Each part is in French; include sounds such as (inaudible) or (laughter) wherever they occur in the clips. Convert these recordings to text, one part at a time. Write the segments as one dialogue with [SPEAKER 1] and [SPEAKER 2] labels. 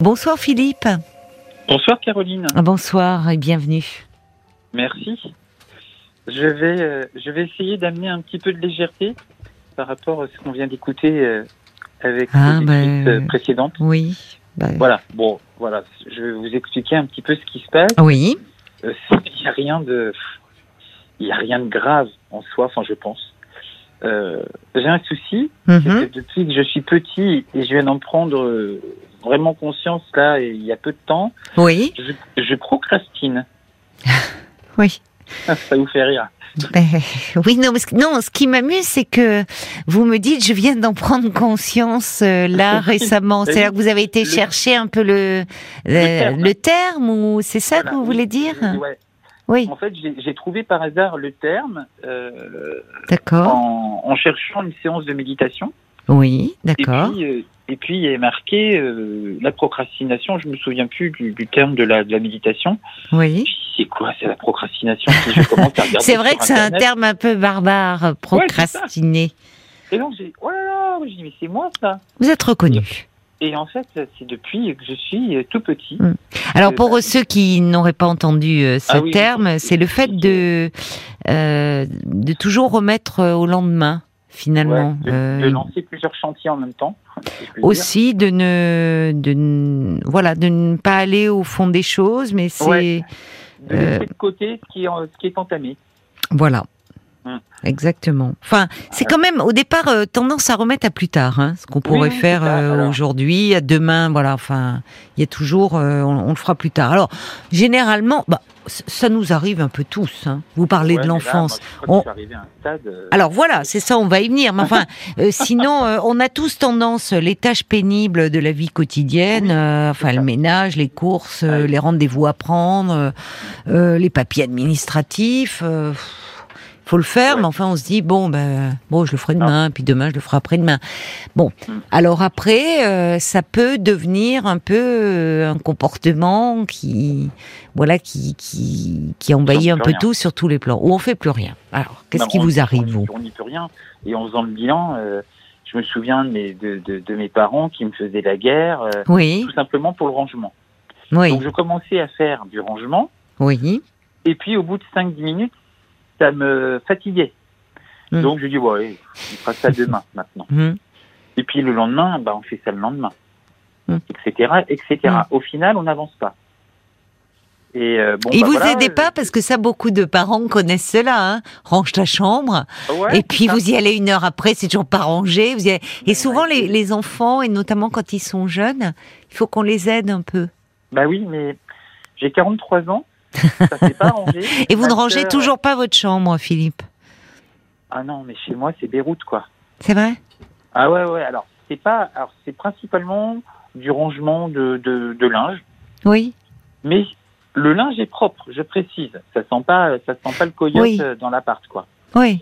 [SPEAKER 1] Bonsoir Philippe.
[SPEAKER 2] Bonsoir Caroline,
[SPEAKER 1] Bonsoir et bienvenue.
[SPEAKER 2] merci. Je vais, euh, je vais essayer d'amener un petit peu de légèreté par rapport à ce qu'on vient d'écouter euh, avec
[SPEAKER 1] Ah,
[SPEAKER 2] les
[SPEAKER 1] ben,
[SPEAKER 2] équipes, euh, précédentes.
[SPEAKER 1] Oui. bah,
[SPEAKER 2] Voilà, bon, voilà, je vais vous expliquer un petit peu ce qui se passe.
[SPEAKER 1] Oui.
[SPEAKER 2] Euh, Il n'y a rien de, il y a rien de grave en soi, enfin je pense. Euh, J'ai un souci,
[SPEAKER 1] mhm,
[SPEAKER 2] C'est que depuis que je suis petit et je viens d'en prendre euh, vraiment conscience là, et il y a peu de temps,
[SPEAKER 1] Oui.
[SPEAKER 2] je, je procrastine. (laughs)
[SPEAKER 1] Oui.
[SPEAKER 2] Ça vous fait rire.
[SPEAKER 1] Ben, (laughs) oui, non, parce que- non, ce qui m'amuse, c'est que vous me dites, je viens d'en prendre conscience euh,
[SPEAKER 2] (laughs)
[SPEAKER 1] là récemment.
[SPEAKER 2] oui.
[SPEAKER 1] C'est-à-dire que vous avez été
[SPEAKER 2] Le-
[SPEAKER 1] chercher un peu le, euh,
[SPEAKER 2] terme.
[SPEAKER 1] le terme, ou c'est ça que
[SPEAKER 2] Voilà.
[SPEAKER 1] vous voulez dire
[SPEAKER 2] Ouais.
[SPEAKER 1] Oui,
[SPEAKER 2] En fait, j'ai j'ai trouvé par hasard le terme euh,
[SPEAKER 1] d'accord.
[SPEAKER 2] en, en cherchant une séance de méditation.
[SPEAKER 1] Oui,
[SPEAKER 2] Et
[SPEAKER 1] d'accord.
[SPEAKER 2] puis, euh, et puis il est marqué euh, la procrastination. Je me souviens plus du, du terme de la, de la méditation.
[SPEAKER 1] Oui.
[SPEAKER 2] C'est quoi, c'est la procrastination Si je commence à regarder
[SPEAKER 1] (laughs) C'est vrai
[SPEAKER 2] sur
[SPEAKER 1] que c'est un
[SPEAKER 2] Internet.
[SPEAKER 1] terme un peu barbare, procrastiner.
[SPEAKER 2] Et donc j'ai, dit, oh là là, j'ai dit mais c'est moi ça.
[SPEAKER 1] Vous êtes reconnu.
[SPEAKER 2] Et en fait, c'est depuis que je suis euh, tout petit.
[SPEAKER 1] Alors
[SPEAKER 2] Euh,
[SPEAKER 1] pour ceux qui n'auraient pas entendu euh, ce
[SPEAKER 2] Ah oui.
[SPEAKER 1] terme, c'est le fait de euh, de toujours remettre euh, au lendemain finalement.
[SPEAKER 2] Ouais, de,
[SPEAKER 1] Euh,
[SPEAKER 2] de lancer plusieurs chantiers en même temps. (laughs) si je puis dire.
[SPEAKER 1] aussi de ne de ne- voilà de ne pas aller au fond des choses, mais c'est
[SPEAKER 2] Ouais. De laisser
[SPEAKER 1] euh,
[SPEAKER 2] de côté ce qui est, en- ce qui est entamé.
[SPEAKER 1] voilà.
[SPEAKER 2] Hum.
[SPEAKER 1] Exactement. Enfin, c'est quand même au départ euh, tendance à remettre à plus tard, hein, ce qu'on pourrait
[SPEAKER 2] oui,
[SPEAKER 1] faire
[SPEAKER 2] c'est ça,
[SPEAKER 1] euh,
[SPEAKER 2] alors.
[SPEAKER 1] aujourd'hui, à demain, voilà. Enfin, il y a toujours, euh, on, on le fera plus tard. Alors, généralement, bah, c- ça nous arrive un peu tous. hein. Vous parlez
[SPEAKER 2] Ouais, mais
[SPEAKER 1] de
[SPEAKER 2] là,
[SPEAKER 1] l'enfance.
[SPEAKER 2] moi, Je crois
[SPEAKER 1] On-
[SPEAKER 2] que je suis arrivé à un stade. euh,
[SPEAKER 1] Alors voilà, c'est ça, on va y venir. Mais
[SPEAKER 2] (laughs)
[SPEAKER 1] enfin, euh, sinon, euh, on a tous tendance, euh, les tâches pénibles de la vie quotidienne, euh, enfin le ménage, les courses, euh,
[SPEAKER 2] Ah oui.
[SPEAKER 1] les rendez-vous à prendre, euh, euh, les papiers administratifs. euh, pff, faut le faire,
[SPEAKER 2] Ouais. Ah.
[SPEAKER 1] mais enfin on se dit bon ben bon je le ferai demain, puis demain je le ferai après demain. Bon,
[SPEAKER 2] Mm.
[SPEAKER 1] alors après euh, ça peut devenir un peu euh, un comportement qui voilà qui qui, qui envahit
[SPEAKER 2] fait
[SPEAKER 1] un
[SPEAKER 2] plus
[SPEAKER 1] peu
[SPEAKER 2] rien.
[SPEAKER 1] tout sur tous les plans. Ou on fait plus rien. Alors qu'est-ce
[SPEAKER 2] bah,
[SPEAKER 1] qui
[SPEAKER 2] on-
[SPEAKER 1] vous
[SPEAKER 2] on-
[SPEAKER 1] arrive vous
[SPEAKER 2] On n'y peut rien. Et en faisant le bilan, euh, je me souviens de mes, de, de- de mes parents qui me faisaient la guerre, euh,
[SPEAKER 1] Oui,
[SPEAKER 2] tout simplement pour le rangement.
[SPEAKER 1] oui,
[SPEAKER 2] Donc je commençais à faire du rangement,
[SPEAKER 1] oui.
[SPEAKER 2] et puis au bout de 5-10 minutes, ça me fatiguait.
[SPEAKER 1] Mm.
[SPEAKER 2] Donc je dis, ouais, allez, on fera ça demain (laughs) maintenant.
[SPEAKER 1] Mhm.
[SPEAKER 2] Et puis le lendemain, bah, on fait ça le lendemain,
[SPEAKER 1] Mm.
[SPEAKER 2] etc., etc.
[SPEAKER 1] Mm.
[SPEAKER 2] Au final, on n'avance pas. Et euh, bon,
[SPEAKER 1] Ils
[SPEAKER 2] bah,
[SPEAKER 1] vous
[SPEAKER 2] voilà,
[SPEAKER 1] aidez pas parce que ça, beaucoup de parents connaissent cela. Hein. Range ta chambre
[SPEAKER 2] euh, ouais,
[SPEAKER 1] et puis
[SPEAKER 2] c'est ça.
[SPEAKER 1] vous y allez une heure après, c'est toujours pas rangé. Vous y allez- Et
[SPEAKER 2] Ouais,
[SPEAKER 1] souvent
[SPEAKER 2] ouais.
[SPEAKER 1] les, les enfants et notamment quand ils sont jeunes, il faut qu'on les aide un peu.
[SPEAKER 2] Bah oui, mais j'ai 43 ans, ça s'est pas rangé.
[SPEAKER 1] (laughs) Et vous
[SPEAKER 2] Ma
[SPEAKER 1] ne rangez
[SPEAKER 2] sœur-
[SPEAKER 1] toujours pas votre chambre, Philippe.
[SPEAKER 2] Ah non, mais chez moi, c'est Beyrouth, quoi.
[SPEAKER 1] C'est vrai
[SPEAKER 2] Ah ouais, ouais, alors, c'est pas... Alors, c'est principalement du rangement de, de, de linge,
[SPEAKER 1] Oui,
[SPEAKER 2] mais le linge est propre, je précise. Ça sent pas, ça sent pas le coyote
[SPEAKER 1] Oui.
[SPEAKER 2] euh, dans l'appart, quoi.
[SPEAKER 1] oui.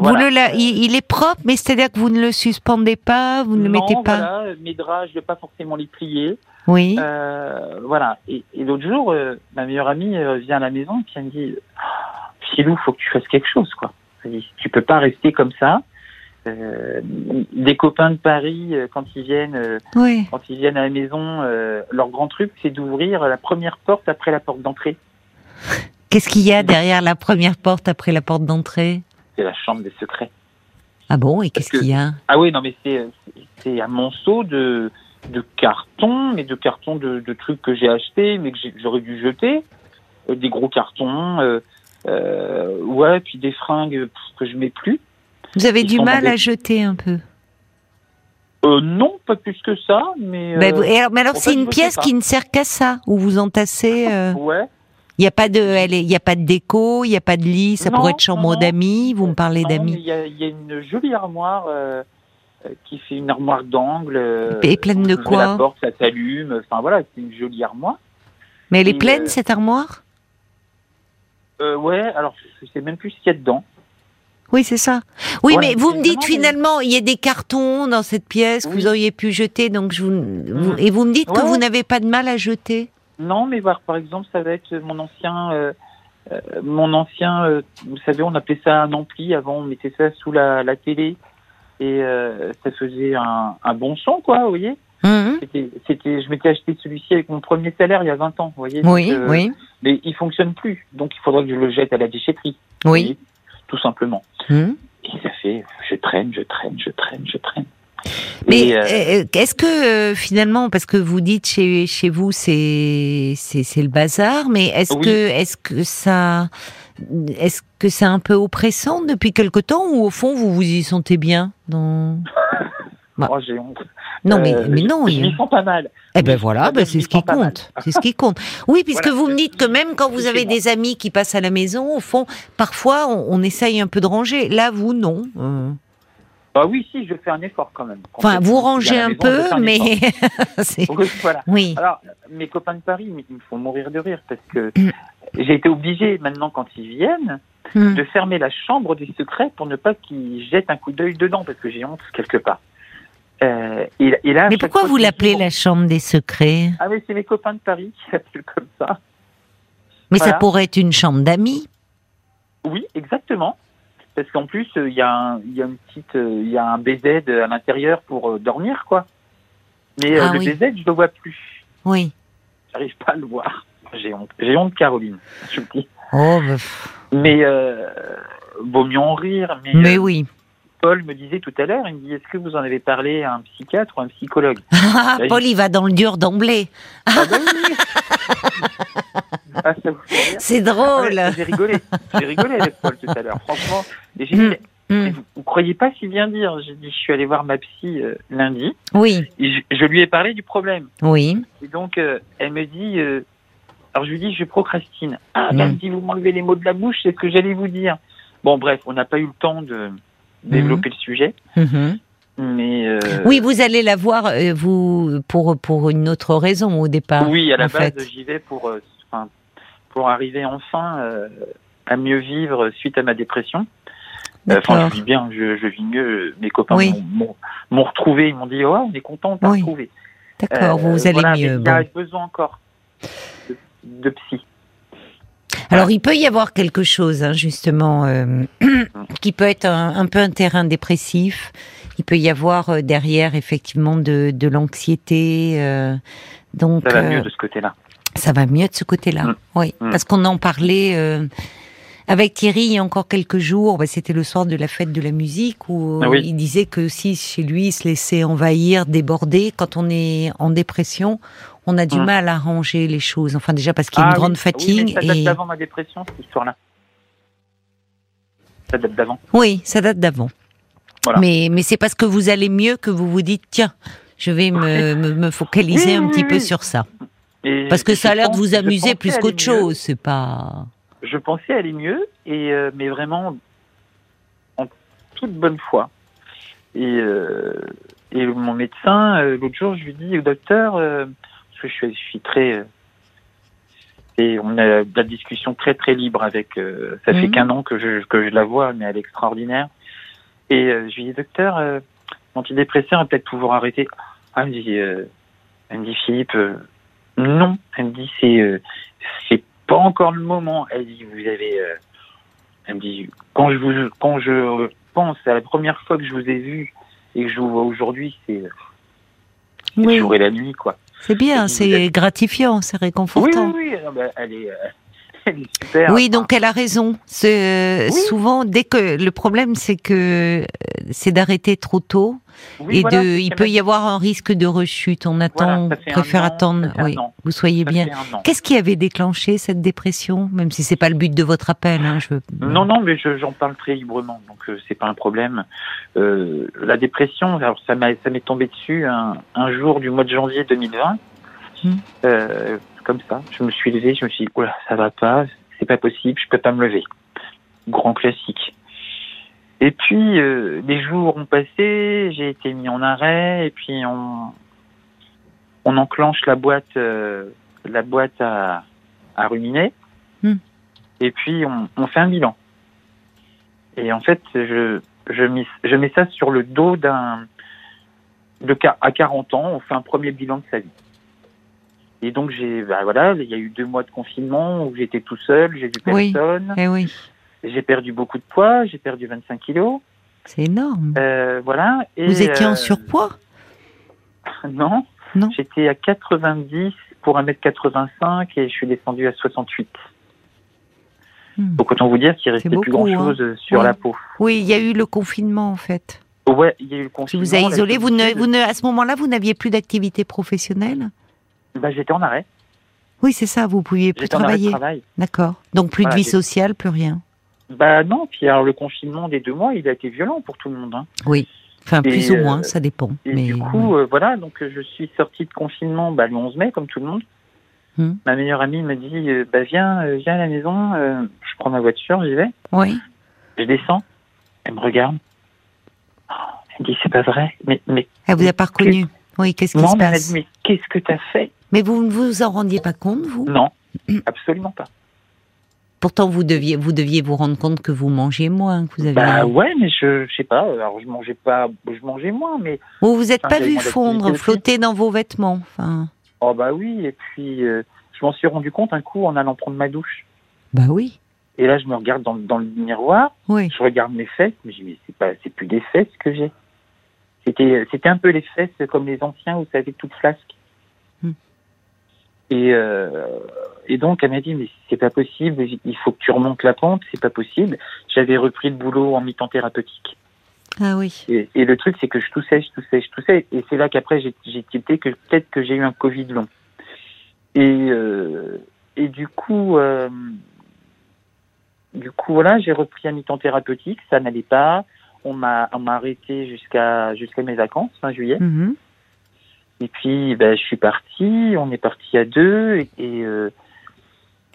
[SPEAKER 2] Voilà.
[SPEAKER 1] Vous le, la- il, il est propre, mais c'est-à-dire que vous ne le suspendez pas, vous ne le
[SPEAKER 2] non,
[SPEAKER 1] mettez pas.
[SPEAKER 2] voilà, euh, mes draps, je vais pas forcément les plier.
[SPEAKER 1] Oui.
[SPEAKER 2] Euh, voilà. Et, et l'autre jour, euh, ma meilleure amie euh, vient à la maison et puis elle me dit Ah, Philou, faut que tu fasses quelque chose, quoi. Elle dit Tu peux pas rester comme ça. Euh, des copains de Paris, euh, quand ils viennent, euh,
[SPEAKER 1] oui.
[SPEAKER 2] quand ils viennent à la maison, euh, leur grand truc, c'est d'ouvrir la première porte après la porte d'entrée.
[SPEAKER 1] Qu'est-ce qu'il y
[SPEAKER 2] ben
[SPEAKER 1] a derrière la première porte après la porte d'entrée
[SPEAKER 2] C'est la chambre des secrets.
[SPEAKER 1] Ah bon Et
[SPEAKER 2] Parce
[SPEAKER 1] qu'est-ce
[SPEAKER 2] que-
[SPEAKER 1] qu'il y a
[SPEAKER 2] Ah oui, non, mais c'est c'est- c'est un monceau de de cartons, mais de cartons de, de trucs que j'ai achetés, mais que j'ai- j'aurais dû jeter, Euh, des gros cartons, euh, euh, ouais, puis des fringues pff, que je mets plus.
[SPEAKER 1] Vous avez
[SPEAKER 2] Ils
[SPEAKER 1] du
[SPEAKER 2] sont
[SPEAKER 1] mal
[SPEAKER 2] dans
[SPEAKER 1] à
[SPEAKER 2] des-
[SPEAKER 1] jeter un peu.
[SPEAKER 2] Euh, non, pas plus que ça, mais
[SPEAKER 1] Ben, vous-
[SPEAKER 2] euh,
[SPEAKER 1] et alors- mais alors,
[SPEAKER 2] en
[SPEAKER 1] c'est
[SPEAKER 2] fait,
[SPEAKER 1] une
[SPEAKER 2] je sais
[SPEAKER 1] pièce
[SPEAKER 2] pas.
[SPEAKER 1] qui ne sert qu'à ça, où vous entassez. Il
[SPEAKER 2] (laughs) ouais.
[SPEAKER 1] n'y a pas de, elle est- y a pas de déco, il n'y a pas de lit. Ça
[SPEAKER 2] Non,
[SPEAKER 1] pourrait être
[SPEAKER 2] non,
[SPEAKER 1] chambre
[SPEAKER 2] non.
[SPEAKER 1] d'amis. Vous me parlez
[SPEAKER 2] Non, mais
[SPEAKER 1] d'amis
[SPEAKER 2] Il y a, il y a une jolie armoire euh, euh, qui fait une armoire d'angle. euh,
[SPEAKER 1] Et pleine de
[SPEAKER 2] vous ouvrez
[SPEAKER 1] quoi
[SPEAKER 2] La porte, ça s'allume. Enfin voilà, c'est une jolie armoire.
[SPEAKER 1] Mais elle est
[SPEAKER 2] mais,
[SPEAKER 1] pleine
[SPEAKER 2] euh,
[SPEAKER 1] cette armoire
[SPEAKER 2] Euh, ouais, alors je sais même plus ce qu'il y a dedans.
[SPEAKER 1] Oui, c'est ça. Oui,
[SPEAKER 2] Voilà,
[SPEAKER 1] mais vous me
[SPEAKER 2] c'est
[SPEAKER 1] dites
[SPEAKER 2] vraiment des-
[SPEAKER 1] finalement, il y a des cartons dans cette pièce que
[SPEAKER 2] Oui. Mm.
[SPEAKER 1] vous auriez pu jeter, donc je vous, vous- et vous me dites que
[SPEAKER 2] Ouais,
[SPEAKER 1] vous
[SPEAKER 2] ouais.
[SPEAKER 1] n'avez pas de mal à jeter.
[SPEAKER 2] Non, mais par, par exemple, ça va être mon ancien, euh, euh, mon ancien. euh, vous savez, on appelait ça un ampli avant. On mettait ça sous la, la télé et euh, ça faisait un, un bon son, quoi. Vous voyez
[SPEAKER 1] Mhm.
[SPEAKER 2] C'était, c'était, je m'étais acheté celui-ci avec mon premier salaire il y a 20 ans, vous voyez.
[SPEAKER 1] Oui,
[SPEAKER 2] donc, euh,
[SPEAKER 1] oui,
[SPEAKER 2] Mais il fonctionne plus, donc il faudra que je le jette à la déchetterie. vous
[SPEAKER 1] oui.
[SPEAKER 2] voyez, tout simplement.
[SPEAKER 1] Mhm.
[SPEAKER 2] Et ça fait, je traîne, je traîne, je traîne, je traîne.
[SPEAKER 1] Mais
[SPEAKER 2] Et, euh,
[SPEAKER 1] euh, est-ce que euh, finalement, parce que vous dites chez chez vous c'est c'est c'est le bazar, mais est-ce
[SPEAKER 2] Oui.
[SPEAKER 1] que est-ce que ça est-ce que c'est un peu oppressant depuis quelque temps ou au fond vous vous y sentez bien dans bah.
[SPEAKER 2] oh, j'ai honte.
[SPEAKER 1] Non mais,
[SPEAKER 2] Euh,
[SPEAKER 1] mais non.
[SPEAKER 2] Je, je
[SPEAKER 1] il-
[SPEAKER 2] m'y sens pas mal.
[SPEAKER 1] Eh ben voilà,
[SPEAKER 2] Ah,
[SPEAKER 1] ben
[SPEAKER 2] mais
[SPEAKER 1] c'est
[SPEAKER 2] je
[SPEAKER 1] ce qui
[SPEAKER 2] sens pas mal.
[SPEAKER 1] compte. C'est ce qui compte. Oui, puisque
[SPEAKER 2] Voilà,
[SPEAKER 1] vous me
[SPEAKER 2] c'est-
[SPEAKER 1] dites que même quand vous
[SPEAKER 2] c'est
[SPEAKER 1] avez
[SPEAKER 2] moi.
[SPEAKER 1] des amis qui passent à la maison, au fond, parfois on, on essaye un peu de ranger. Là, vous non. Euh,
[SPEAKER 2] Bah oui, si, je fais un effort quand même. Quand
[SPEAKER 1] Enfin,
[SPEAKER 2] je-
[SPEAKER 1] vous
[SPEAKER 2] je suis
[SPEAKER 1] rangez
[SPEAKER 2] à la
[SPEAKER 1] un
[SPEAKER 2] maison, je
[SPEAKER 1] peu,
[SPEAKER 2] fais
[SPEAKER 1] mais
[SPEAKER 2] effort.
[SPEAKER 1] (laughs) c'est
[SPEAKER 2] (laughs) Oui, voilà.
[SPEAKER 1] oui.
[SPEAKER 2] Alors, mes copains de Paris, ils me font mourir de rire parce que
[SPEAKER 1] Mm.
[SPEAKER 2] j'ai été obligé maintenant quand ils viennent
[SPEAKER 1] Hmm.
[SPEAKER 2] de fermer la chambre des secrets pour ne pas qu'ils jettent un coup d'œil dedans parce que j'ai honte quelque part. Euh, et, et là, à
[SPEAKER 1] Mais
[SPEAKER 2] chaque
[SPEAKER 1] pourquoi
[SPEAKER 2] fois
[SPEAKER 1] vous
[SPEAKER 2] que je
[SPEAKER 1] l'appelez
[SPEAKER 2] dis,
[SPEAKER 1] la chambre des secrets
[SPEAKER 2] Ah mais c'est mes copains de Paris qui (laughs) l'appellent comme ça.
[SPEAKER 1] Mais ça
[SPEAKER 2] Voilà.
[SPEAKER 1] pourrait être une chambre d'amis.
[SPEAKER 2] Oui, exactement. Parce qu'en plus, euh, il y a un, il y a une petite, euh, il y a un BZ à l'intérieur pour euh, dormir quoi. Mais euh,
[SPEAKER 1] Ah
[SPEAKER 2] le
[SPEAKER 1] oui.
[SPEAKER 2] BZ, je le vois plus.
[SPEAKER 1] Oui.
[SPEAKER 2] J'arrive pas à le voir. J'ai honte. J'ai honte, Caroline. Je vous le dis.
[SPEAKER 1] Oh, bah, pff,
[SPEAKER 2] Mais euh, vaut mieux en rire. Mais,
[SPEAKER 1] mais
[SPEAKER 2] euh,
[SPEAKER 1] oui.
[SPEAKER 2] Paul me disait tout à l'heure, il me dit, est-ce que vous en avez parlé à un psychiatre ou à
[SPEAKER 1] (laughs)
[SPEAKER 2] un psychologue
[SPEAKER 1] Ah,
[SPEAKER 2] oui.
[SPEAKER 1] Paul, il va dans le dur d'emblée.
[SPEAKER 2] Ah ben oui Ah, ça vous fait rire
[SPEAKER 1] C'est
[SPEAKER 2] Ah
[SPEAKER 1] drôle.
[SPEAKER 2] ouais, J'ai rigolé, j'ai rigolé avec Paul tout à l'heure, franchement. Et j'ai dit,
[SPEAKER 1] Mm.
[SPEAKER 2] mais
[SPEAKER 1] Hmm.
[SPEAKER 2] vous, vous croyez pas si bien dire J'ai dit, je suis allé voir ma psy euh, lundi,
[SPEAKER 1] Oui,
[SPEAKER 2] et je, je lui ai parlé du problème.
[SPEAKER 1] oui.
[SPEAKER 2] Et donc, euh, elle me dit, euh, alors je lui dis, je procrastine. Ah, ben,
[SPEAKER 1] Mm.
[SPEAKER 2] elle me dit, vous m'enlevez les mots de la bouche, c'est ce que j'allais vous dire. Bon, bref, on n'a pas eu le temps de développer le sujet.
[SPEAKER 1] Mhm.
[SPEAKER 2] Mais euh,
[SPEAKER 1] Hmm. Oui, vous allez la voir, euh, vous, pour, pour une autre raison au départ.
[SPEAKER 2] oui, à la
[SPEAKER 1] en
[SPEAKER 2] base,
[SPEAKER 1] fait.
[SPEAKER 2] j'y vais pour, euh, enfin, pour arriver enfin euh, à mieux vivre suite à ma dépression. Euh, Enfin,
[SPEAKER 1] D'accord.
[SPEAKER 2] je vis bien, je, je vis mieux. Mes copains
[SPEAKER 1] Oui.
[SPEAKER 2] m'ont- m'ont m'ont retrouvé, ils m'ont dit oh, on est content, de t'a
[SPEAKER 1] Oui.
[SPEAKER 2] retrouvé.
[SPEAKER 1] D'accord,
[SPEAKER 2] Euh,
[SPEAKER 1] vous, vous allez
[SPEAKER 2] voilà, mais
[SPEAKER 1] mieux.
[SPEAKER 2] Il y a
[SPEAKER 1] bon.
[SPEAKER 2] besoin encore de, de psy.
[SPEAKER 1] Alors, il peut y avoir quelque chose, hein, justement, euh, (clears throat) qui peut être un, un peu un terrain dépressif. Il peut y avoir euh, derrière, effectivement, de, de l'anxiété. euh, donc,
[SPEAKER 2] Ça va
[SPEAKER 1] euh,
[SPEAKER 2] mieux de ce côté-là.
[SPEAKER 1] Ça va mieux de ce côté-là,
[SPEAKER 2] Mm.
[SPEAKER 1] oui.
[SPEAKER 2] Mm.
[SPEAKER 1] Parce qu'on en parlait euh, avec Thierry il y a encore quelques jours. Bah, C'était le soir de la fête de la musique où euh,
[SPEAKER 2] Ah oui.
[SPEAKER 1] il disait que si chez lui il se laissait envahir, déborder, quand on est en dépression, on a du
[SPEAKER 2] Mm.
[SPEAKER 1] mal à ranger les choses. Enfin déjà parce qu'il y a
[SPEAKER 2] Ah
[SPEAKER 1] une
[SPEAKER 2] oui,
[SPEAKER 1] grande
[SPEAKER 2] Oui, mais
[SPEAKER 1] fatigue
[SPEAKER 2] ça date
[SPEAKER 1] et
[SPEAKER 2] d'avant ma dépression, cette histoire-là. Ça date d'avant.
[SPEAKER 1] oui, ça date d'avant.
[SPEAKER 2] Voilà.
[SPEAKER 1] Mais mais c'est parce que vous allez mieux que vous vous dites tiens. Je vais me, me, me focaliser
[SPEAKER 2] Oui,
[SPEAKER 1] un
[SPEAKER 2] oui,
[SPEAKER 1] petit
[SPEAKER 2] oui.
[SPEAKER 1] peu sur ça.
[SPEAKER 2] Et
[SPEAKER 1] Parce que
[SPEAKER 2] je
[SPEAKER 1] ça a l'air de
[SPEAKER 2] pense-
[SPEAKER 1] vous
[SPEAKER 2] je
[SPEAKER 1] amuser
[SPEAKER 2] pensais
[SPEAKER 1] plus
[SPEAKER 2] aller
[SPEAKER 1] qu'autre
[SPEAKER 2] mieux.
[SPEAKER 1] chose. C'est pas.
[SPEAKER 2] je pensais aller mieux, et euh, mais vraiment en toute bonne foi. Et, euh, et mon médecin, euh, l'autre jour, je lui dis, docteur, euh, parce que je suis, je suis très... euh, et on a de la discussion très très libre avec... euh, ça fait
[SPEAKER 1] Mhm.
[SPEAKER 2] qu'un an que je, que je la vois, mais elle est extraordinaire. Et euh, je lui dis, docteur, euh, l'antidépresseur va peut-être pouvoir arrêter. Ah, elle me dit, euh, elle me dit Philippe, euh, non. Elle me dit, c'est... euh, c'est pas encore le moment. Elle dit, vous avez. euh, elle me dit, quand je vous, quand je pense à la première fois que je vous ai vu et que je vous vois aujourd'hui, c'est euh, c'est le
[SPEAKER 1] Oui.
[SPEAKER 2] jour et la nuit, quoi.
[SPEAKER 1] C'est bien,
[SPEAKER 2] Et
[SPEAKER 1] c'est gratifiant, c'est
[SPEAKER 2] Oui,
[SPEAKER 1] réconfortant.
[SPEAKER 2] oui, oui. non, bah, elle est, euh, (laughs) elle est super.
[SPEAKER 1] Oui, donc elle a raison. C'est euh,
[SPEAKER 2] Oui.
[SPEAKER 1] souvent dès que le problème c'est que euh, c'est d'arrêter trop tôt
[SPEAKER 2] Enfin, oui,
[SPEAKER 1] et
[SPEAKER 2] voilà,
[SPEAKER 1] de
[SPEAKER 2] c'est
[SPEAKER 1] il
[SPEAKER 2] ce
[SPEAKER 1] peut
[SPEAKER 2] qu'elle
[SPEAKER 1] y avoir un risque de rechute. On
[SPEAKER 2] m'a- voilà,
[SPEAKER 1] attend,
[SPEAKER 2] ça
[SPEAKER 1] on
[SPEAKER 2] fait un
[SPEAKER 1] préfère
[SPEAKER 2] an,
[SPEAKER 1] attendre.
[SPEAKER 2] ça fait un
[SPEAKER 1] Oui,
[SPEAKER 2] an,
[SPEAKER 1] vous soyez
[SPEAKER 2] ça
[SPEAKER 1] bien.
[SPEAKER 2] fait un an.
[SPEAKER 1] Qu'est-ce qui avait déclenché cette dépression Même si c'est pas le but de votre appel, hein, je veux.
[SPEAKER 2] Non, non, mais je- j'en parle très librement, donc euh, c'est pas un problème. Euh, la dépression, alors ça m'a- ça m'est tombé dessus un, un jour du mois de janvier 2020.
[SPEAKER 1] Mm.
[SPEAKER 2] Euh, comme ça, je me suis levé, je me suis dit, oula, ça va pas, c'est pas possible, je peux pas me lever. Grand classique. Et puis, euh, les jours ont passé, j'ai été mis en arrêt, et puis on, on enclenche la boîte, euh, la boîte à, à ruminer,
[SPEAKER 1] Mm.
[SPEAKER 2] et puis on, on fait un bilan. Et en fait, je, je, mis- je mets ça sur le dos d'un. De, qua- à 40 ans, on fait un premier bilan de sa vie. Et donc, j'ai, bah voilà, il y a eu deux mois de confinement où j'étais tout seul, j'ai vu
[SPEAKER 1] Oui.
[SPEAKER 2] personne,
[SPEAKER 1] Eh oui,
[SPEAKER 2] j'ai perdu beaucoup de poids, j'ai perdu 25 kilos.
[SPEAKER 1] c'est énorme.
[SPEAKER 2] Euh, voilà. Et,
[SPEAKER 1] Vous étiez
[SPEAKER 2] euh,
[SPEAKER 1] en surpoids
[SPEAKER 2] Non.
[SPEAKER 1] Non.
[SPEAKER 2] J'étais à 90 pour 1m85 et je suis descendu à 68.
[SPEAKER 1] Hmm.
[SPEAKER 2] Donc autant vous dire qu'il restait plus
[SPEAKER 1] beaucoup, hein.
[SPEAKER 2] grand chose sur
[SPEAKER 1] Ouais.
[SPEAKER 2] la peau.
[SPEAKER 1] Oui, il y a eu le confinement en fait.
[SPEAKER 2] Ouais, il y a eu le
[SPEAKER 1] Qui
[SPEAKER 2] confinement.
[SPEAKER 1] vous a
[SPEAKER 2] la
[SPEAKER 1] isolé. Vous ne,
[SPEAKER 2] solitude.
[SPEAKER 1] vous ne, à ce moment-là, vous n'aviez plus d'activité professionnelle.
[SPEAKER 2] Bah, j'étais en arrêt.
[SPEAKER 1] Oui, c'est ça. Vous pouviez plus
[SPEAKER 2] J'étais en arrêt de
[SPEAKER 1] travailler.
[SPEAKER 2] travail.
[SPEAKER 1] D'accord. Donc plus
[SPEAKER 2] Voilà,
[SPEAKER 1] de vie
[SPEAKER 2] j'ai-
[SPEAKER 1] sociale, plus rien.
[SPEAKER 2] Bah non, puis alors le confinement des deux mois, il a été violent pour tout le monde. hein.
[SPEAKER 1] Enfin,
[SPEAKER 2] Et,
[SPEAKER 1] plus ou
[SPEAKER 2] euh,
[SPEAKER 1] moins, ça dépend.
[SPEAKER 2] Et
[SPEAKER 1] mais
[SPEAKER 2] du
[SPEAKER 1] ouais.
[SPEAKER 2] coup, euh, voilà, donc euh, je suis sorti de confinement bah, le 11 mai, comme tout le monde.
[SPEAKER 1] Hmm.
[SPEAKER 2] Ma meilleure amie me dit, euh, bah, viens, euh, viens à la maison, euh, je prends ma voiture, j'y vais.
[SPEAKER 1] Oui.
[SPEAKER 2] Je descends, elle me regarde. Oh, Elle me dit, c'est pas vrai. Mais, mais,
[SPEAKER 1] Elle Ah, vous a pas reconnu. Oui, qu'est-ce qui
[SPEAKER 2] non,
[SPEAKER 1] se
[SPEAKER 2] mais elle a
[SPEAKER 1] passe
[SPEAKER 2] dit, mais qu'est-ce que t'as fait
[SPEAKER 1] Mais vous ne vous en rendiez pas compte, vous
[SPEAKER 2] Non,
[SPEAKER 1] Mm.
[SPEAKER 2] absolument pas.
[SPEAKER 1] Pourtant, vous deviez, vous deviez vous rendre compte que vous mangez moins, que vous avez.
[SPEAKER 2] Bah ouais, mais je, je sais pas, alors je mangeais pas, je mangeais moins, mais
[SPEAKER 1] Vous vous êtes
[SPEAKER 2] Enfin,
[SPEAKER 1] pas
[SPEAKER 2] j'ai
[SPEAKER 1] vu
[SPEAKER 2] moins d'activité
[SPEAKER 1] fondre,
[SPEAKER 2] aussi.
[SPEAKER 1] flotter dans vos vêtements. Enfin,
[SPEAKER 2] oh bah oui, et puis euh, je m'en suis rendu compte un coup en allant prendre ma douche.
[SPEAKER 1] bah oui,
[SPEAKER 2] Et là, je me regarde dans, dans le miroir,
[SPEAKER 1] oui.
[SPEAKER 2] je regarde mes fesses, mais je me dis, mais c'est pas, c'est plus des fesses que j'ai. C'était, c'était un peu les fesses comme les anciens où ça avait toute flasque.
[SPEAKER 1] Hmm.
[SPEAKER 2] Et, euh, et donc, elle m'a dit, mais c'est pas possible, il faut que tu remontes la pente, c'est pas possible. J'avais repris le boulot en mi-temps thérapeutique.
[SPEAKER 1] Ah oui.
[SPEAKER 2] Et, et le truc, c'est que je toussais, je toussais, je toussais. Et c'est là qu'après, j'ai j'ai tilté que peut-être que j'ai eu un Covid long. Et, euh, et du coup, euh, du coup, voilà, j'ai repris un mi-temps thérapeutique. Ça n'allait pas. On m'a on m'a arrêté jusqu'à jusqu'à mes vacances, fin juillet.
[SPEAKER 1] Mhm.
[SPEAKER 2] Et puis, ben, je suis parti. On est parti à deux. Et, et, euh,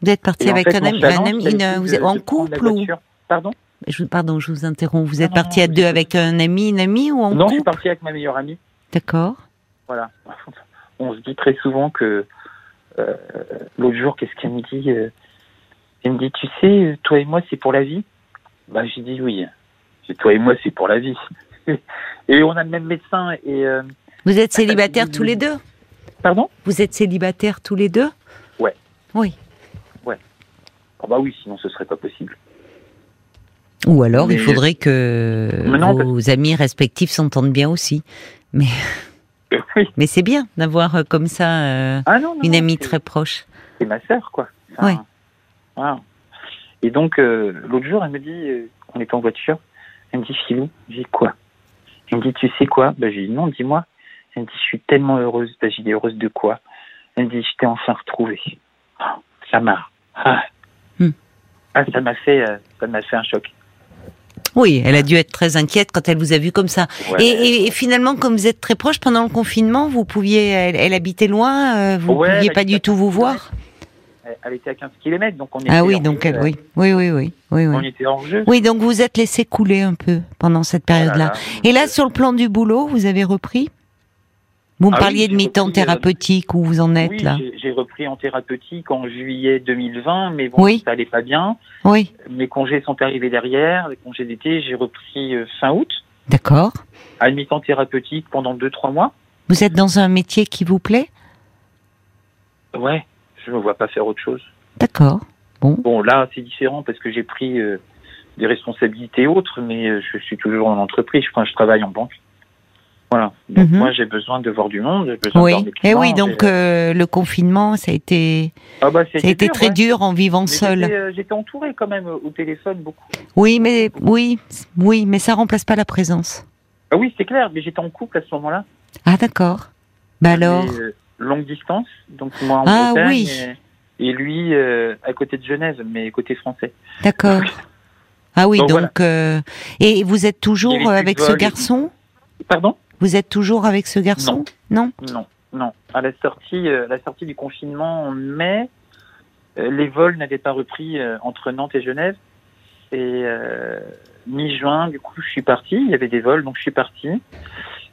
[SPEAKER 1] Vous êtes parti
[SPEAKER 2] et en
[SPEAKER 1] avec
[SPEAKER 2] fait,
[SPEAKER 1] un
[SPEAKER 2] mon
[SPEAKER 1] ami,
[SPEAKER 2] challenge,
[SPEAKER 1] un ami,
[SPEAKER 2] ça a
[SPEAKER 1] une-
[SPEAKER 2] été
[SPEAKER 1] vous
[SPEAKER 2] de-
[SPEAKER 1] êtes en
[SPEAKER 2] de prendre la
[SPEAKER 1] couple ou
[SPEAKER 2] voiture. Pardon
[SPEAKER 1] je, Pardon, je vous interromps. Vous êtes
[SPEAKER 2] Non,
[SPEAKER 1] parti
[SPEAKER 2] non,
[SPEAKER 1] à
[SPEAKER 2] non,
[SPEAKER 1] deux
[SPEAKER 2] je-
[SPEAKER 1] avec un ami, une amie ou en
[SPEAKER 2] Non, je suis
[SPEAKER 1] couple
[SPEAKER 2] parti avec ma meilleure amie.
[SPEAKER 1] D'accord.
[SPEAKER 2] Voilà. (laughs) On se dit très souvent que euh, l'autre jour, qu'est-ce qu'elle me dit euh, Elle me dit, tu sais, toi et moi, c'est pour la vie. Bah, j'ai dit oui. J'ai dit, Toi et moi, c'est pour la vie. (laughs) et on a le même médecin. Et euh,
[SPEAKER 1] Vous
[SPEAKER 2] (laughs)
[SPEAKER 1] êtes célibataires tous les deux
[SPEAKER 2] pardon
[SPEAKER 1] Vous êtes célibataires tous les deux
[SPEAKER 2] Ouais.
[SPEAKER 1] Oui.
[SPEAKER 2] Ah bah oui, sinon ce serait pas possible. (laughs)
[SPEAKER 1] Ou alors, il
[SPEAKER 2] Mais-
[SPEAKER 1] faudrait que
[SPEAKER 2] Mais non,
[SPEAKER 1] vos amis respectifs s'entendent bien aussi.
[SPEAKER 2] Euh, oui.
[SPEAKER 1] Mais c'est bien d'avoir euh, comme ça euh,
[SPEAKER 2] Ah non, non,
[SPEAKER 1] une
[SPEAKER 2] non,
[SPEAKER 1] amie
[SPEAKER 2] c'est-
[SPEAKER 1] très proche.
[SPEAKER 2] c'est ma sœur, quoi.
[SPEAKER 1] Ouais.
[SPEAKER 2] voilà. Et donc, euh, l'autre jour, elle me dit, euh, on était en voiture, elle me dit, Filou, j'ai dit quoi Elle me dit, tu sais quoi ben, J'ai dit, non, dis-moi. Elle me dit, je suis tellement heureuse. Ben, j'ai dit, heureuse de quoi Elle me dit, je t'ai enfin retrouvée. Ah, Ça m'a. Ah,
[SPEAKER 1] Hmm.
[SPEAKER 2] Ah, ça m'a fait, euh, ça m'a fait un choc.
[SPEAKER 1] Oui, elle a dû être très inquiète quand elle vous a vu comme ça.
[SPEAKER 2] Ouais.
[SPEAKER 1] Et, et- et finalement, comme vous êtes très proche pendant le confinement, vous pouviez, elle, elle habitait loin, euh, vous
[SPEAKER 2] Ouais,
[SPEAKER 1] pouviez
[SPEAKER 2] elle
[SPEAKER 1] pas
[SPEAKER 2] habitait
[SPEAKER 1] du
[SPEAKER 2] à
[SPEAKER 1] tout vous voir.
[SPEAKER 2] Elle- Elle était à 15 km, donc on était
[SPEAKER 1] Ah oui,
[SPEAKER 2] hors
[SPEAKER 1] donc
[SPEAKER 2] jeu,
[SPEAKER 1] elle,
[SPEAKER 2] euh,
[SPEAKER 1] oui, oui, oui, oui, oui,
[SPEAKER 2] On
[SPEAKER 1] oui.
[SPEAKER 2] était hors jeu.
[SPEAKER 1] Oui, donc vous êtes laissé couler un peu pendant cette
[SPEAKER 2] Oh là
[SPEAKER 1] période-là.
[SPEAKER 2] là.
[SPEAKER 1] Et là, sur le plan du boulot, vous avez repris. Vous me
[SPEAKER 2] Ah oui,
[SPEAKER 1] parliez de
[SPEAKER 2] j'ai
[SPEAKER 1] mi-temps
[SPEAKER 2] repris, euh,
[SPEAKER 1] thérapeutique où vous en êtes
[SPEAKER 2] Oui,
[SPEAKER 1] là.
[SPEAKER 2] j'ai- j'ai repris en thérapeutique en juillet 2020, mais bon,
[SPEAKER 1] Oui.
[SPEAKER 2] ça allait pas bien.
[SPEAKER 1] Oui,
[SPEAKER 2] Mes congés sont arrivés derrière, les congés d'été, j'ai repris euh, fin août,
[SPEAKER 1] d'accord.
[SPEAKER 2] à mi-temps thérapeutique pendant 2-3 mois.
[SPEAKER 1] Vous êtes dans un métier qui vous plaît,
[SPEAKER 2] Ouais, je me vois pas faire autre chose.
[SPEAKER 1] d'accord.
[SPEAKER 2] Bon, là, c'est différent parce que j'ai pris euh, des responsabilités autres, mais euh, je suis toujours en entreprise, enfin, je travaille en banque. Voilà. Donc,
[SPEAKER 1] Mhm.
[SPEAKER 2] moi, j'ai besoin de voir du monde, j'ai besoin de
[SPEAKER 1] Oui.
[SPEAKER 2] voir mes
[SPEAKER 1] Et
[SPEAKER 2] clients,
[SPEAKER 1] oui, donc
[SPEAKER 2] j'ai-
[SPEAKER 1] euh, le confinement, ça a été,
[SPEAKER 2] Ah bah,
[SPEAKER 1] ça a été très
[SPEAKER 2] ouais.
[SPEAKER 1] dur en vivant
[SPEAKER 2] Mais
[SPEAKER 1] seul.
[SPEAKER 2] j'étais, euh, J'étais entouré quand même euh, au téléphone beaucoup.
[SPEAKER 1] Oui, mais oui, oui, mais ça remplace pas la présence.
[SPEAKER 2] Ah oui, c'est clair, mais j'étais en couple à ce moment-là.
[SPEAKER 1] Ah d'accord. Bah alors,
[SPEAKER 2] Mais, euh, longue distance, donc moi en
[SPEAKER 1] Ah
[SPEAKER 2] Bretagne
[SPEAKER 1] oui.
[SPEAKER 2] euh, et lui euh, à côté de Genève, mais côté français.
[SPEAKER 1] d'accord. Ah oui,
[SPEAKER 2] Bon,
[SPEAKER 1] donc euh, et vous êtes
[SPEAKER 2] Il y
[SPEAKER 1] toujours euh,
[SPEAKER 2] avait plus
[SPEAKER 1] avec
[SPEAKER 2] de
[SPEAKER 1] ce
[SPEAKER 2] vol.
[SPEAKER 1] garçon
[SPEAKER 2] Pardon
[SPEAKER 1] Vous êtes toujours avec ce garçon Non.
[SPEAKER 2] Non, non. À la sortie, euh, à la sortie du confinement en mai, euh, les vols n'avaient pas repris euh, entre Nantes et Genève. Et euh, mi-juin, du coup, je suis parti. Il y avait des vols, donc je suis parti.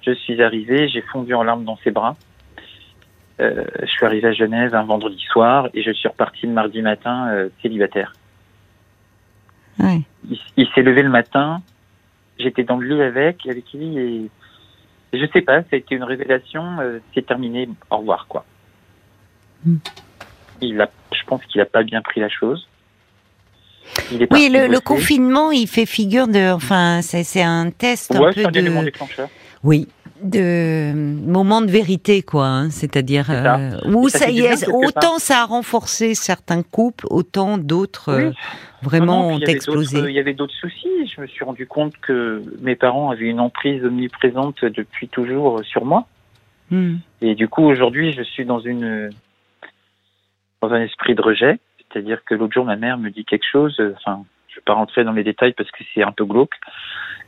[SPEAKER 2] Je suis arrivé, j'ai fondu en larmes dans ses bras. Euh, je suis arrivé à Genève un vendredi soir et je suis reparti le mardi matin euh, célibataire.
[SPEAKER 1] Ouais.
[SPEAKER 2] il, il s'est levé le matin, j'étais dans le lit avec, avec lui, et et je sais pas, ça a été une révélation, euh, c'est terminé, au revoir, quoi.
[SPEAKER 1] Mm.
[SPEAKER 2] Il a, je pense qu'il a pas bien pris la chose. Il est
[SPEAKER 1] Oui,
[SPEAKER 2] parti
[SPEAKER 1] le, le
[SPEAKER 2] bosser.
[SPEAKER 1] confinement, il fait figure de, enfin, c'est c'est un test un
[SPEAKER 2] Ouais,
[SPEAKER 1] peu
[SPEAKER 2] c'est un élément
[SPEAKER 1] de.
[SPEAKER 2] déclencheur.
[SPEAKER 1] Oui, de euh, moment de vérité, quoi. hein, C'est-à-dire
[SPEAKER 2] ça.
[SPEAKER 1] euh, où
[SPEAKER 2] Et ça
[SPEAKER 1] ça,
[SPEAKER 2] fait
[SPEAKER 1] y
[SPEAKER 2] du bien,
[SPEAKER 1] est,
[SPEAKER 2] quelque
[SPEAKER 1] autant ça a renforcé certains couples, autant d'autres euh,
[SPEAKER 2] Oui.
[SPEAKER 1] vraiment
[SPEAKER 2] Non, non,
[SPEAKER 1] ont
[SPEAKER 2] puis il y avait d'autres- euh,
[SPEAKER 1] explosé.
[SPEAKER 2] Il y avait d'autres soucis. Je me suis rendu compte que mes parents avaient une emprise omniprésente depuis toujours sur moi.
[SPEAKER 1] Hmm.
[SPEAKER 2] Et du coup, aujourd'hui, je suis dans une dans un esprit de rejet. C'est-à-dire que l'autre jour, ma mère me dit quelque chose. euh, Enfin, je ne vais pas rentrer dans les détails parce que c'est un peu glauque.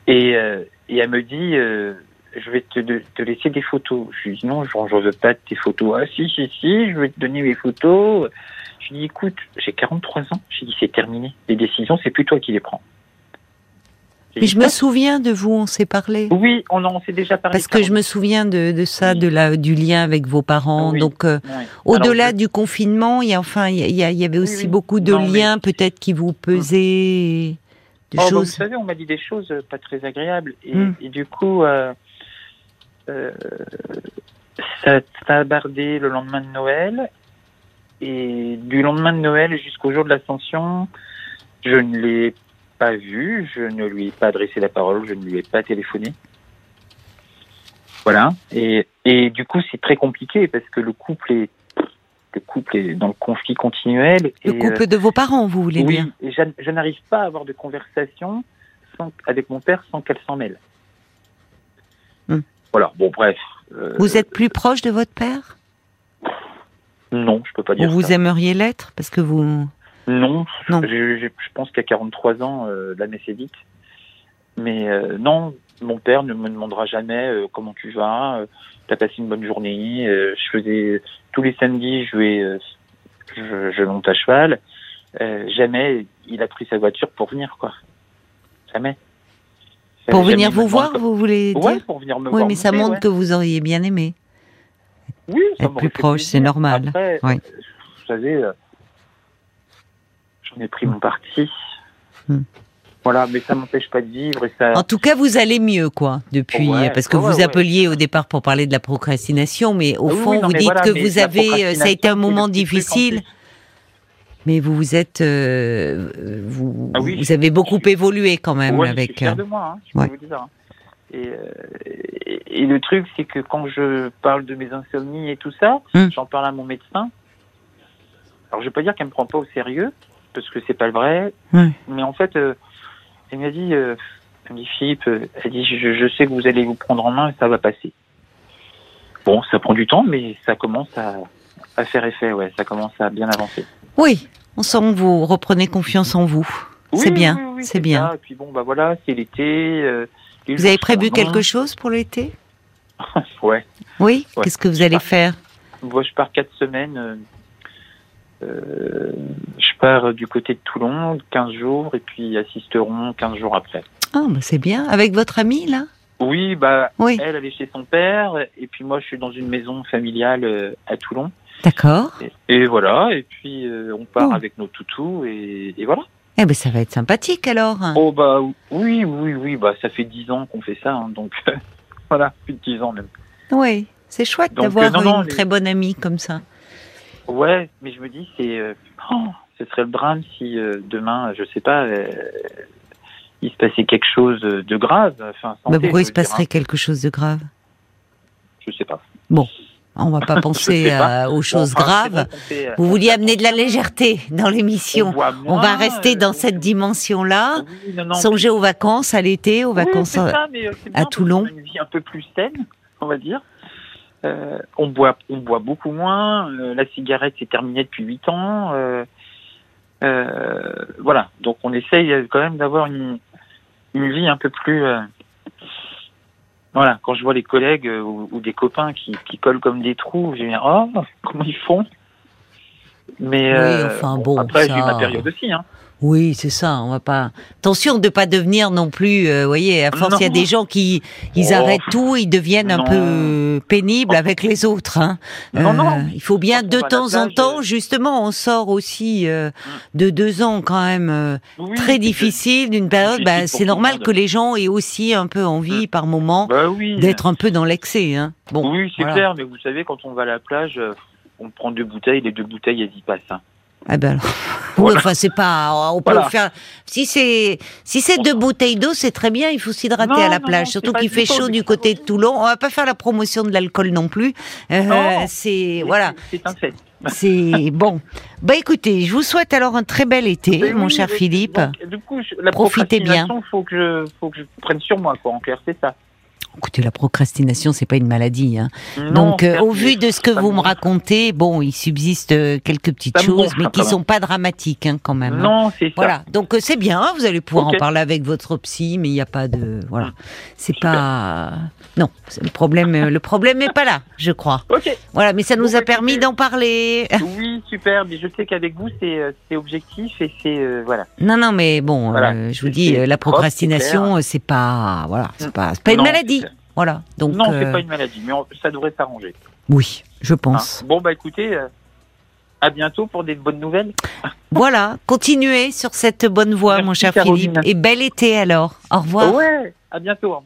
[SPEAKER 2] Et, euh, et elle me dit, euh, je vais te, de- te laisser des photos. Je lui dis non, je ne veux pas de tes photos. Ah si, si, si, je vais te donner mes photos. Je lui dis écoute, j'ai 43 ans. J'ai dit c'est terminé. Les décisions, c'est plus toi qui les prends. J'ai
[SPEAKER 1] Mais
[SPEAKER 2] dit,
[SPEAKER 1] je me
[SPEAKER 2] Ah,
[SPEAKER 1] souviens de vous, on s'est parlé.
[SPEAKER 2] oui, on en s'est déjà parlé.
[SPEAKER 1] Parce que je me souviens de, de ça,
[SPEAKER 2] Oui.
[SPEAKER 1] de la, du lien avec vos parents.
[SPEAKER 2] Oui.
[SPEAKER 1] Donc, euh,
[SPEAKER 2] Ouais.
[SPEAKER 1] au-delà
[SPEAKER 2] Alors,
[SPEAKER 1] du confinement, il y a enfin, il y, a- il y a- il y avait aussi
[SPEAKER 2] oui.
[SPEAKER 1] beaucoup de
[SPEAKER 2] Non, mais- Hum.
[SPEAKER 1] liens peut-être qui vous pesaient, et de
[SPEAKER 2] Oh, bah, vous
[SPEAKER 1] choses.
[SPEAKER 2] savez, on m'a dit des choses euh, pas très agréables. Et,
[SPEAKER 1] Mm.
[SPEAKER 2] et du coup, euh, euh, ça t'a bardé le lendemain de Noël. Et du lendemain de Noël jusqu'au jour de l'ascension, je ne l'ai pas vu, je ne lui ai pas adressé la parole, je ne lui ai pas téléphoné. Voilà. Et, et du coup, c'est très compliqué parce que le couple est, le couple est dans le conflit continuel.
[SPEAKER 1] le
[SPEAKER 2] et, euh,
[SPEAKER 1] couple de vos parents, vous voulez
[SPEAKER 2] oui, euh,
[SPEAKER 1] dire
[SPEAKER 2] et je, je n'arrive pas à avoir de conversation sans- avec mon père sans qu'elle s'en mêle.
[SPEAKER 1] Hmm.
[SPEAKER 2] Voilà, bon, bref. euh,
[SPEAKER 1] Vous êtes plus proche de votre père
[SPEAKER 2] Non, je peux pas
[SPEAKER 1] Ou
[SPEAKER 2] dire
[SPEAKER 1] vous
[SPEAKER 2] ça.
[SPEAKER 1] aimeriez l'être Parce que vous.
[SPEAKER 2] Non,
[SPEAKER 1] Non.
[SPEAKER 2] Je, je- je pense qu'à 43 ans, euh, la messe est dite. Mais euh, non, mon père ne me demandera jamais euh, comment tu vas, euh, t'as passé une bonne journée. euh, je faisais tous les samedis, je vais, euh, je, je monte à cheval. Euh, jamais il a pris sa voiture pour venir, quoi. Jamais.
[SPEAKER 1] Pour
[SPEAKER 2] Jamais
[SPEAKER 1] venir
[SPEAKER 2] il me
[SPEAKER 1] vous
[SPEAKER 2] demande
[SPEAKER 1] voir,
[SPEAKER 2] comment-
[SPEAKER 1] vous voulez dire
[SPEAKER 2] Ouais, pour venir me
[SPEAKER 1] Oui,
[SPEAKER 2] voir
[SPEAKER 1] mais ça
[SPEAKER 2] monter,
[SPEAKER 1] montre
[SPEAKER 2] ouais.
[SPEAKER 1] que vous auriez bien aimé.
[SPEAKER 2] Oui, ça
[SPEAKER 1] être
[SPEAKER 2] m'aurait
[SPEAKER 1] plus
[SPEAKER 2] fait
[SPEAKER 1] proche,
[SPEAKER 2] plaisir.
[SPEAKER 1] c'est normal.
[SPEAKER 2] Après,
[SPEAKER 1] Oui.
[SPEAKER 2] euh, vous savez, euh, j'en ai
[SPEAKER 1] Mm.
[SPEAKER 2] pris mon parti.
[SPEAKER 1] Hmm.
[SPEAKER 2] Voilà, mais ça m'empêche pas de vivre et ça. Ah
[SPEAKER 1] En tout cas, vous allez mieux, quoi, depuis.
[SPEAKER 2] Ouais,
[SPEAKER 1] parce que
[SPEAKER 2] ouais,
[SPEAKER 1] vous
[SPEAKER 2] ouais.
[SPEAKER 1] appeliez au départ pour parler de la procrastination, mais au
[SPEAKER 2] Ah oui,
[SPEAKER 1] fond,
[SPEAKER 2] oui, non,
[SPEAKER 1] vous
[SPEAKER 2] mais
[SPEAKER 1] dites
[SPEAKER 2] voilà,
[SPEAKER 1] que
[SPEAKER 2] mais
[SPEAKER 1] vous
[SPEAKER 2] la
[SPEAKER 1] avez. euh, Ça a été un
[SPEAKER 2] procrastination, c'est
[SPEAKER 1] moment
[SPEAKER 2] le petit truc en
[SPEAKER 1] difficile, mais vous vous êtes. euh, euh, vous,
[SPEAKER 2] Ah oui,
[SPEAKER 1] vous
[SPEAKER 2] je-
[SPEAKER 1] avez beaucoup
[SPEAKER 2] je-
[SPEAKER 1] évolué quand même
[SPEAKER 2] Ouais, je suis
[SPEAKER 1] avec.
[SPEAKER 2] fier
[SPEAKER 1] euh,
[SPEAKER 2] de moi, hein, je peux
[SPEAKER 1] ouais.
[SPEAKER 2] vous le dire. hein. Et, euh, et, et le truc, c'est que quand je parle de mes insomnies et tout ça,
[SPEAKER 1] Hmm.
[SPEAKER 2] j'en parle à mon médecin. Alors, je vais pas dire qu'elle me prend pas au sérieux, parce que c'est pas le vrai.
[SPEAKER 1] Ouais.
[SPEAKER 2] Mais en fait, euh, elle m'a dit, euh, elle m'a dit Philippe, euh, elle dit, je, je sais que vous allez vous prendre en main et ça va passer. Bon, ça prend du temps, mais ça commence à, à faire effet, ouais, ça commence à bien avancer.
[SPEAKER 1] Oui, on sent que vous reprenez confiance en vous. c'est
[SPEAKER 2] Oui,
[SPEAKER 1] bien,
[SPEAKER 2] oui, oui,
[SPEAKER 1] c'est bien.
[SPEAKER 2] ça. Et puis bon, bah voilà, c'est l'été. euh, les
[SPEAKER 1] Vous
[SPEAKER 2] jours
[SPEAKER 1] avez
[SPEAKER 2] sont
[SPEAKER 1] prévu
[SPEAKER 2] longs.
[SPEAKER 1] quelque chose pour l'été
[SPEAKER 2] (laughs) Ouais.
[SPEAKER 1] Oui
[SPEAKER 2] Ouais.
[SPEAKER 1] Qu'est-ce que vous allez
[SPEAKER 2] Ah.
[SPEAKER 1] faire
[SPEAKER 2] Moi, je pars quatre semaines. euh, euh, je pars du côté de Toulon, 15 jours, et puis assisteront 15 jours après.
[SPEAKER 1] Ah, bah, c'est bien. Avec votre ami, là
[SPEAKER 2] Oui, bah,
[SPEAKER 1] Oui.
[SPEAKER 2] elle, elle est chez son père, et puis moi, je suis dans une maison familiale euh, à Toulon.
[SPEAKER 1] D'accord.
[SPEAKER 2] Et, et voilà, et puis euh, on part
[SPEAKER 1] Bon.
[SPEAKER 2] avec nos toutous, et, et voilà.
[SPEAKER 1] Eh ben, ça va être sympathique alors.
[SPEAKER 2] Oh, bah oui, oui, oui, bah ça fait 10 ans qu'on fait ça, hein, donc (laughs) voilà, plus de 10 ans même.
[SPEAKER 1] Oui, c'est chouette
[SPEAKER 2] Donc,
[SPEAKER 1] d'avoir
[SPEAKER 2] euh, non, non,
[SPEAKER 1] une
[SPEAKER 2] les-
[SPEAKER 1] très bonne amie comme ça.
[SPEAKER 2] Ouais, mais je me dis, c'est. euh, oh, ce serait le drame si euh, demain, je sais pas, euh, il se passait quelque chose de grave. Enfin, santé,
[SPEAKER 1] Mais pourquoi Bah,
[SPEAKER 2] je
[SPEAKER 1] il se
[SPEAKER 2] veux dire,
[SPEAKER 1] passerait
[SPEAKER 2] hein.
[SPEAKER 1] quelque chose de grave Ah,
[SPEAKER 2] Je sais pas.
[SPEAKER 1] On va
[SPEAKER 2] (laughs)
[SPEAKER 1] pas penser
[SPEAKER 2] sais pas.
[SPEAKER 1] à- aux
[SPEAKER 2] Bon,
[SPEAKER 1] choses
[SPEAKER 2] enfin, c'est
[SPEAKER 1] graves.
[SPEAKER 2] bon qu'on fait, euh,
[SPEAKER 1] Vous vouliez amener de la légèreté dans
[SPEAKER 2] on
[SPEAKER 1] l'émission.
[SPEAKER 2] voit
[SPEAKER 1] On
[SPEAKER 2] moins,
[SPEAKER 1] va rester
[SPEAKER 2] euh,
[SPEAKER 1] dans cette dimension-là.
[SPEAKER 2] oui, non, non,
[SPEAKER 1] Songer aux vacances, à l'été, aux
[SPEAKER 2] Oui,
[SPEAKER 1] vacances. hein,
[SPEAKER 2] c'est ça, mais, euh, c'est bien, parce qu'on
[SPEAKER 1] Toulon.
[SPEAKER 2] a Une vie un peu plus saine, on va dire. Euh, on boit, on boit beaucoup moins. euh, la cigarette c'est terminé depuis 8 ans. euh, euh, voilà, donc on essaye euh, quand même d'avoir une, une vie un peu plus. euh, voilà, quand je vois les collègues euh, ou, ou des copains qui, qui collent comme des trous, je me dis oh comment ils font. Mais
[SPEAKER 1] Oui,
[SPEAKER 2] euh,
[SPEAKER 1] enfin,
[SPEAKER 2] bon,
[SPEAKER 1] bon,
[SPEAKER 2] après j'ai
[SPEAKER 1] ça-
[SPEAKER 2] eu ma période aussi. Hein.
[SPEAKER 1] Oui, c'est ça. On va pas. Attention de pas devenir non plus. euh, Vous voyez, à force,
[SPEAKER 2] Non.
[SPEAKER 1] il y a des gens qui ils
[SPEAKER 2] Oh.
[SPEAKER 1] arrêtent tout, ils deviennent un
[SPEAKER 2] Non. Oh.
[SPEAKER 1] peu euh, pénibles avec les autres. hein.
[SPEAKER 2] Non, non.
[SPEAKER 1] Il faut bien
[SPEAKER 2] Quand on
[SPEAKER 1] de
[SPEAKER 2] va à la
[SPEAKER 1] temps en
[SPEAKER 2] plage,
[SPEAKER 1] temps,
[SPEAKER 2] euh, Mm.
[SPEAKER 1] justement, on sort aussi euh, de deux ans quand même. euh,
[SPEAKER 2] Oui,
[SPEAKER 1] Très
[SPEAKER 2] je-
[SPEAKER 1] difficile d'une période,
[SPEAKER 2] difficile
[SPEAKER 1] bah,
[SPEAKER 2] pour tout
[SPEAKER 1] c'est
[SPEAKER 2] le
[SPEAKER 1] normal
[SPEAKER 2] monde.
[SPEAKER 1] que les gens aient aussi un peu envie par moment
[SPEAKER 2] Bah oui.
[SPEAKER 1] d'être un peu dans l'excès. Hein. Bon,
[SPEAKER 2] Oui, c'est
[SPEAKER 1] voilà.
[SPEAKER 2] clair, mais vous savez, quand on va à la plage, euh, on prend deux bouteilles, les deux bouteilles, elles y passent. hein. (laughs)
[SPEAKER 1] Ah ben alors, Oui, enfin, c'est pas. On peut
[SPEAKER 2] Voilà.
[SPEAKER 1] faire. Si c'est si c'est deux bouteilles d'eau, c'est très bien. Il faut s'hydrater
[SPEAKER 2] Non,
[SPEAKER 1] à la
[SPEAKER 2] non,
[SPEAKER 1] plage,
[SPEAKER 2] non,
[SPEAKER 1] surtout
[SPEAKER 2] c'est pas
[SPEAKER 1] qu'il
[SPEAKER 2] du
[SPEAKER 1] fait
[SPEAKER 2] tout
[SPEAKER 1] chaud
[SPEAKER 2] du
[SPEAKER 1] du
[SPEAKER 2] tout.
[SPEAKER 1] côté de Toulon. On va pas faire la promotion de l'alcool non plus. Euh,
[SPEAKER 2] Non.
[SPEAKER 1] c'est voilà,
[SPEAKER 2] C'est un fait. (laughs)
[SPEAKER 1] c'est bon. Bah écoutez, je vous souhaite alors un très bel été,
[SPEAKER 2] Mais
[SPEAKER 1] mon
[SPEAKER 2] Ben oui,
[SPEAKER 1] cher
[SPEAKER 2] mais-
[SPEAKER 1] Philippe.
[SPEAKER 2] donc, du coup, je- la
[SPEAKER 1] Profitez bien.
[SPEAKER 2] procrastination, Faut que je, faut que je prenne sur moi, quoi. En clair, c'est ça.
[SPEAKER 1] Écoutez, la procrastination, c'est pas une maladie. Hein.
[SPEAKER 2] Non,
[SPEAKER 1] Donc, euh,
[SPEAKER 2] certes,
[SPEAKER 1] au vu de ce que
[SPEAKER 2] ça
[SPEAKER 1] vous
[SPEAKER 2] me
[SPEAKER 1] me
[SPEAKER 2] gonfle.
[SPEAKER 1] racontez, bon, il subsiste euh, quelques petites
[SPEAKER 2] Ça me
[SPEAKER 1] choses,
[SPEAKER 2] gonfle,
[SPEAKER 1] mais
[SPEAKER 2] hein,
[SPEAKER 1] qui
[SPEAKER 2] quand
[SPEAKER 1] sont pas dramatiques hein, quand même. hein.
[SPEAKER 2] Non, c'est ça.
[SPEAKER 1] Voilà, donc euh, c'est bien, hein, vous allez pouvoir
[SPEAKER 2] Ok.
[SPEAKER 1] en parler avec votre psy, mais il n'y a pas de... Voilà, c'est
[SPEAKER 2] Super.
[SPEAKER 1] pas... Non, c'est- le problème euh, le problème n'est pas là, je crois. (laughs)
[SPEAKER 2] Ok.
[SPEAKER 1] Voilà, mais ça nous
[SPEAKER 2] Bon,
[SPEAKER 1] a
[SPEAKER 2] bah,
[SPEAKER 1] permis
[SPEAKER 2] écoutez.
[SPEAKER 1] d'en parler.
[SPEAKER 2] Oui, super. Mais je sais qu'avec vous, c'est, euh, c'est objectif et c'est, euh, voilà.
[SPEAKER 1] Non, non, mais bon,
[SPEAKER 2] Voilà.
[SPEAKER 1] euh, je vous
[SPEAKER 2] C'est-
[SPEAKER 1] dis,
[SPEAKER 2] c'est-
[SPEAKER 1] euh, la
[SPEAKER 2] c'est propre, c'est
[SPEAKER 1] procrastination, euh, c'est pas... Voilà, c'est
[SPEAKER 2] Mm.
[SPEAKER 1] pas, c'est pas une
[SPEAKER 2] Non,
[SPEAKER 1] maladie.
[SPEAKER 2] c'est-
[SPEAKER 1] Voilà, donc...
[SPEAKER 2] non,
[SPEAKER 1] euh,
[SPEAKER 2] c'est pas une maladie, mais on- ça devrait s'arranger.
[SPEAKER 1] Oui, je
[SPEAKER 2] hein.
[SPEAKER 1] pense.
[SPEAKER 2] Bon, bah écoutez, euh, à bientôt pour des bonnes nouvelles.
[SPEAKER 1] Voilà, continuez sur cette bonne voie,
[SPEAKER 2] Merci,
[SPEAKER 1] mon cher Philippe,
[SPEAKER 2] Caroline.
[SPEAKER 1] et bel été alors. Au revoir.
[SPEAKER 2] Ouais, à bientôt.